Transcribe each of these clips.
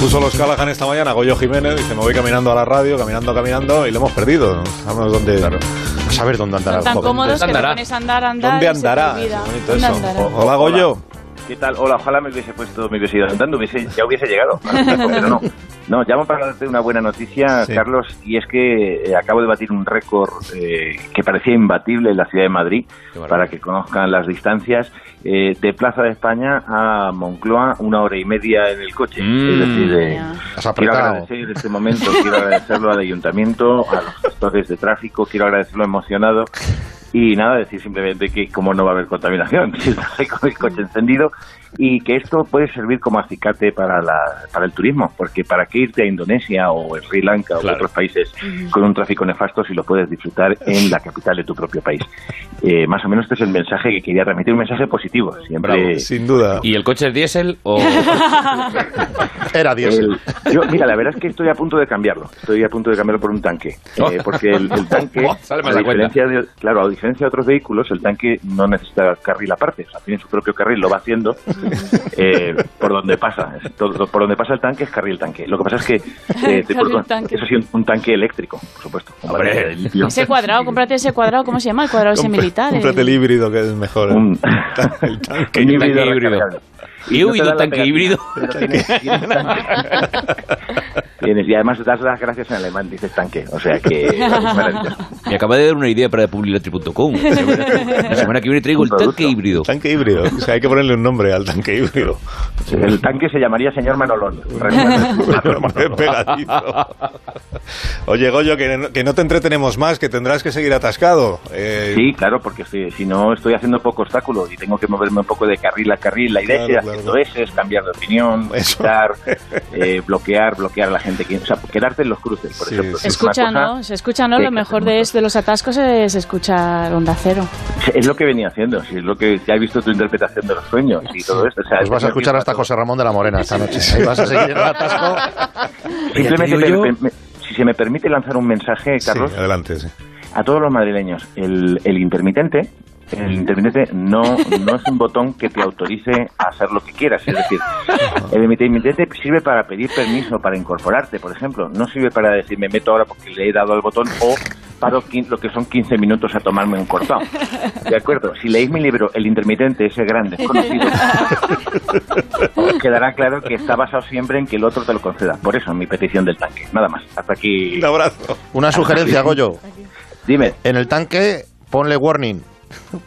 Puso los Callahan esta mañana, Goyo Jiménez, dice, me voy caminando a la radio, caminando, caminando, y lo hemos perdido. Sabemos dónde... A saber dónde andará. Son tan Joder. cómodos que te ¿Dónde pones a andar, a andar. ¿Dónde y se te andará? olvida. Es bonito ¿Dónde eso. andará? O- Hola, Goyo. ¿Qué tal? Hola, ojalá me hubiese puesto, me hubiese ido andando, hubiese- ya hubiese llegado. Pero no. No, llamo para darte una buena noticia, Sí. Carlos, y es que eh, acabo de batir un récord eh, que parecía imbatible en la ciudad de Madrid, para que conozcan las distancias, eh, de Plaza de España a Moncloa, una hora y media en el coche. Mm. es decir, eh, Has quiero apretado. agradecer este momento, quiero agradecerlo al ayuntamiento, a los gestores de tráfico, quiero agradecerlo emocionado. Y nada, decir simplemente que como no va a haber contaminación, si estoy con el coche encendido, y que esto puede servir como acicate para, la, para el turismo, porque ¿para qué irte a Indonesia o Sri Lanka o otros países con un tráfico nefasto si lo puedes disfrutar en la capital de tu propio país? Eh, más o menos este es el mensaje que quería transmitir, un mensaje positivo, siempre... Bravo. Sin duda. ¿Y el coche es diésel o...? Era Eh, diésel. El- yo, mira, la verdad es que estoy a punto de cambiarlo. Estoy a punto de cambiarlo por un tanque. Eh, porque el, el tanque, Oh. Sale más a a cuenta. diferencia de, claro, a diferencia de otros vehículos, el tanque no necesita carril aparte. O sea, tiene su propio carril, lo va haciendo eh, por donde pasa. Es todo- por donde pasa el tanque es carril tanque. Lo que pasa es que eh, te- Carril tanque. eso sí, un, un tanque eléctrico, por supuesto. Un tanque limpio. Ese cuadrado, cómprate ese cuadrado, ¿cómo se llama? El cuadrado ese Compra- militar. el- Cómprate el híbrido, que es mejor. ¿eh? Un- El tanque. Un tanque híbrido. recargable. He te oído da la tanque pegatina, híbrido. pero tienes- tienes tanque. Tienes, y además das las gracias en alemán, dices tanque. O sea que. es maravilloso. Me acaba de dar una idea para publiletri.com. La semana que viene traigo el Un producto. tanque híbrido. Tanque híbrido. O sea, hay que ponerle un nombre al tanque híbrido. El tanque se llamaría señor Manolon. Qué pegadizo. Oye, Goyo, que no, que no te entretenemos más, que tendrás que seguir atascado. Eh, Sí, claro, porque estoy- si no estoy haciendo poco obstáculo y tengo que moverme un poco de carril a carril. La idea Claro, es ir claro. haciendo S, cambiar de opinión, Eso. quitar, eh, bloquear, bloquear a la gente. que- O sea, quedarte en los cruces, por Sí, ejemplo. sí. Es una Escucha, cosa- ¿no? Se escucha, ¿no? Sí, Lo que mejor hacemos de, es- de los atascos es escuchar Onda Cero. Es lo que venía haciendo, sí, es lo que ya he visto tu interpretación de los sueños y todo esto. O sea, Os vas a escuchar hasta José Ramón de la Morena esta noche. Ahí vas a seguir en el atasco. Simplemente, Ya te digo me- yo. me- si se me permite lanzar un mensaje, sí, Carlos, adelante. sí. a todos los madrileños, el, el intermitente, el intermitente no, no es un botón que te autorice a hacer lo que quieras. Es decir, el intermitente sirve para pedir permiso, para incorporarte, por ejemplo. No sirve para decir me meto ahora porque le he dado al botón o paro quin- lo que son 15 minutos a tomarme un cortado. De acuerdo, si leéis mi libro El intermitente, ese gran desconocido, os quedará claro que está basado siempre en que el otro te lo conceda. Por eso mi petición del tanque. Nada más. Hasta aquí. Un abrazo. Una sugerencia, Goyo. Dime. En el tanque, ponle warning.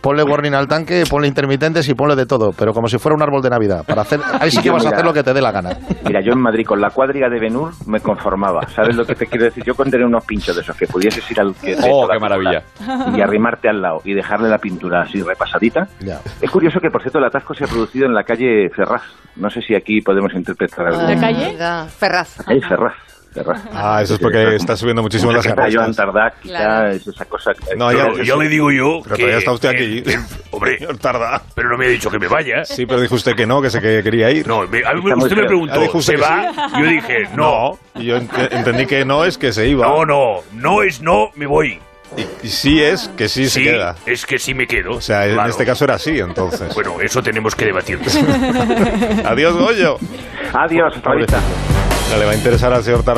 Ponle warning al tanque, ponle intermitentes y ponle de todo, pero como si fuera un árbol de Navidad. Para hacer, ahí sí que vas a hacer lo que te dé la gana. Mira, yo en Madrid con la cuadriga de Benur me conformaba. ¿Sabes lo que te quiero decir? Yo con tener unos pinchos de esos que pudieses ir al que te Oh, toca qué maravilla. pintar Y arrimarte al lado y dejarle la pintura así repasadita. Ya. Es curioso que, por cierto, el atasco se ha producido en la calle Ferraz. No sé si aquí podemos interpretar algo. ¿De calle? Anda, Ferraz. Eh, Ferraz. Ferraz. Ah, eso es porque está subiendo muchísimo las Está yo en encuestas. Tardac, quizá Claro. es esa cosa. que- No, ya- Pero- Yo, yo le digo yo Pero que... todavía está usted aquí. que- hombre, Señor Tarda. pero no me ha dicho que me vaya. Sí, pero dijo usted que no, que se que quería ir. No, me- a mí- Está muy usted me feo. Ha preguntó, dicho ¿se que va? Yo dije, no, Y yo ent- entendí que no es que se iba. no, no, no es no, me voy. Y, y sí es que sí, se Sí, queda. es que sí me quedo. O sea, en claro. este caso era así, entonces. Bueno, eso tenemos que debatir. Adiós, Goyo. Adiós, hasta la vista. Le va a interesar al señor Tarda.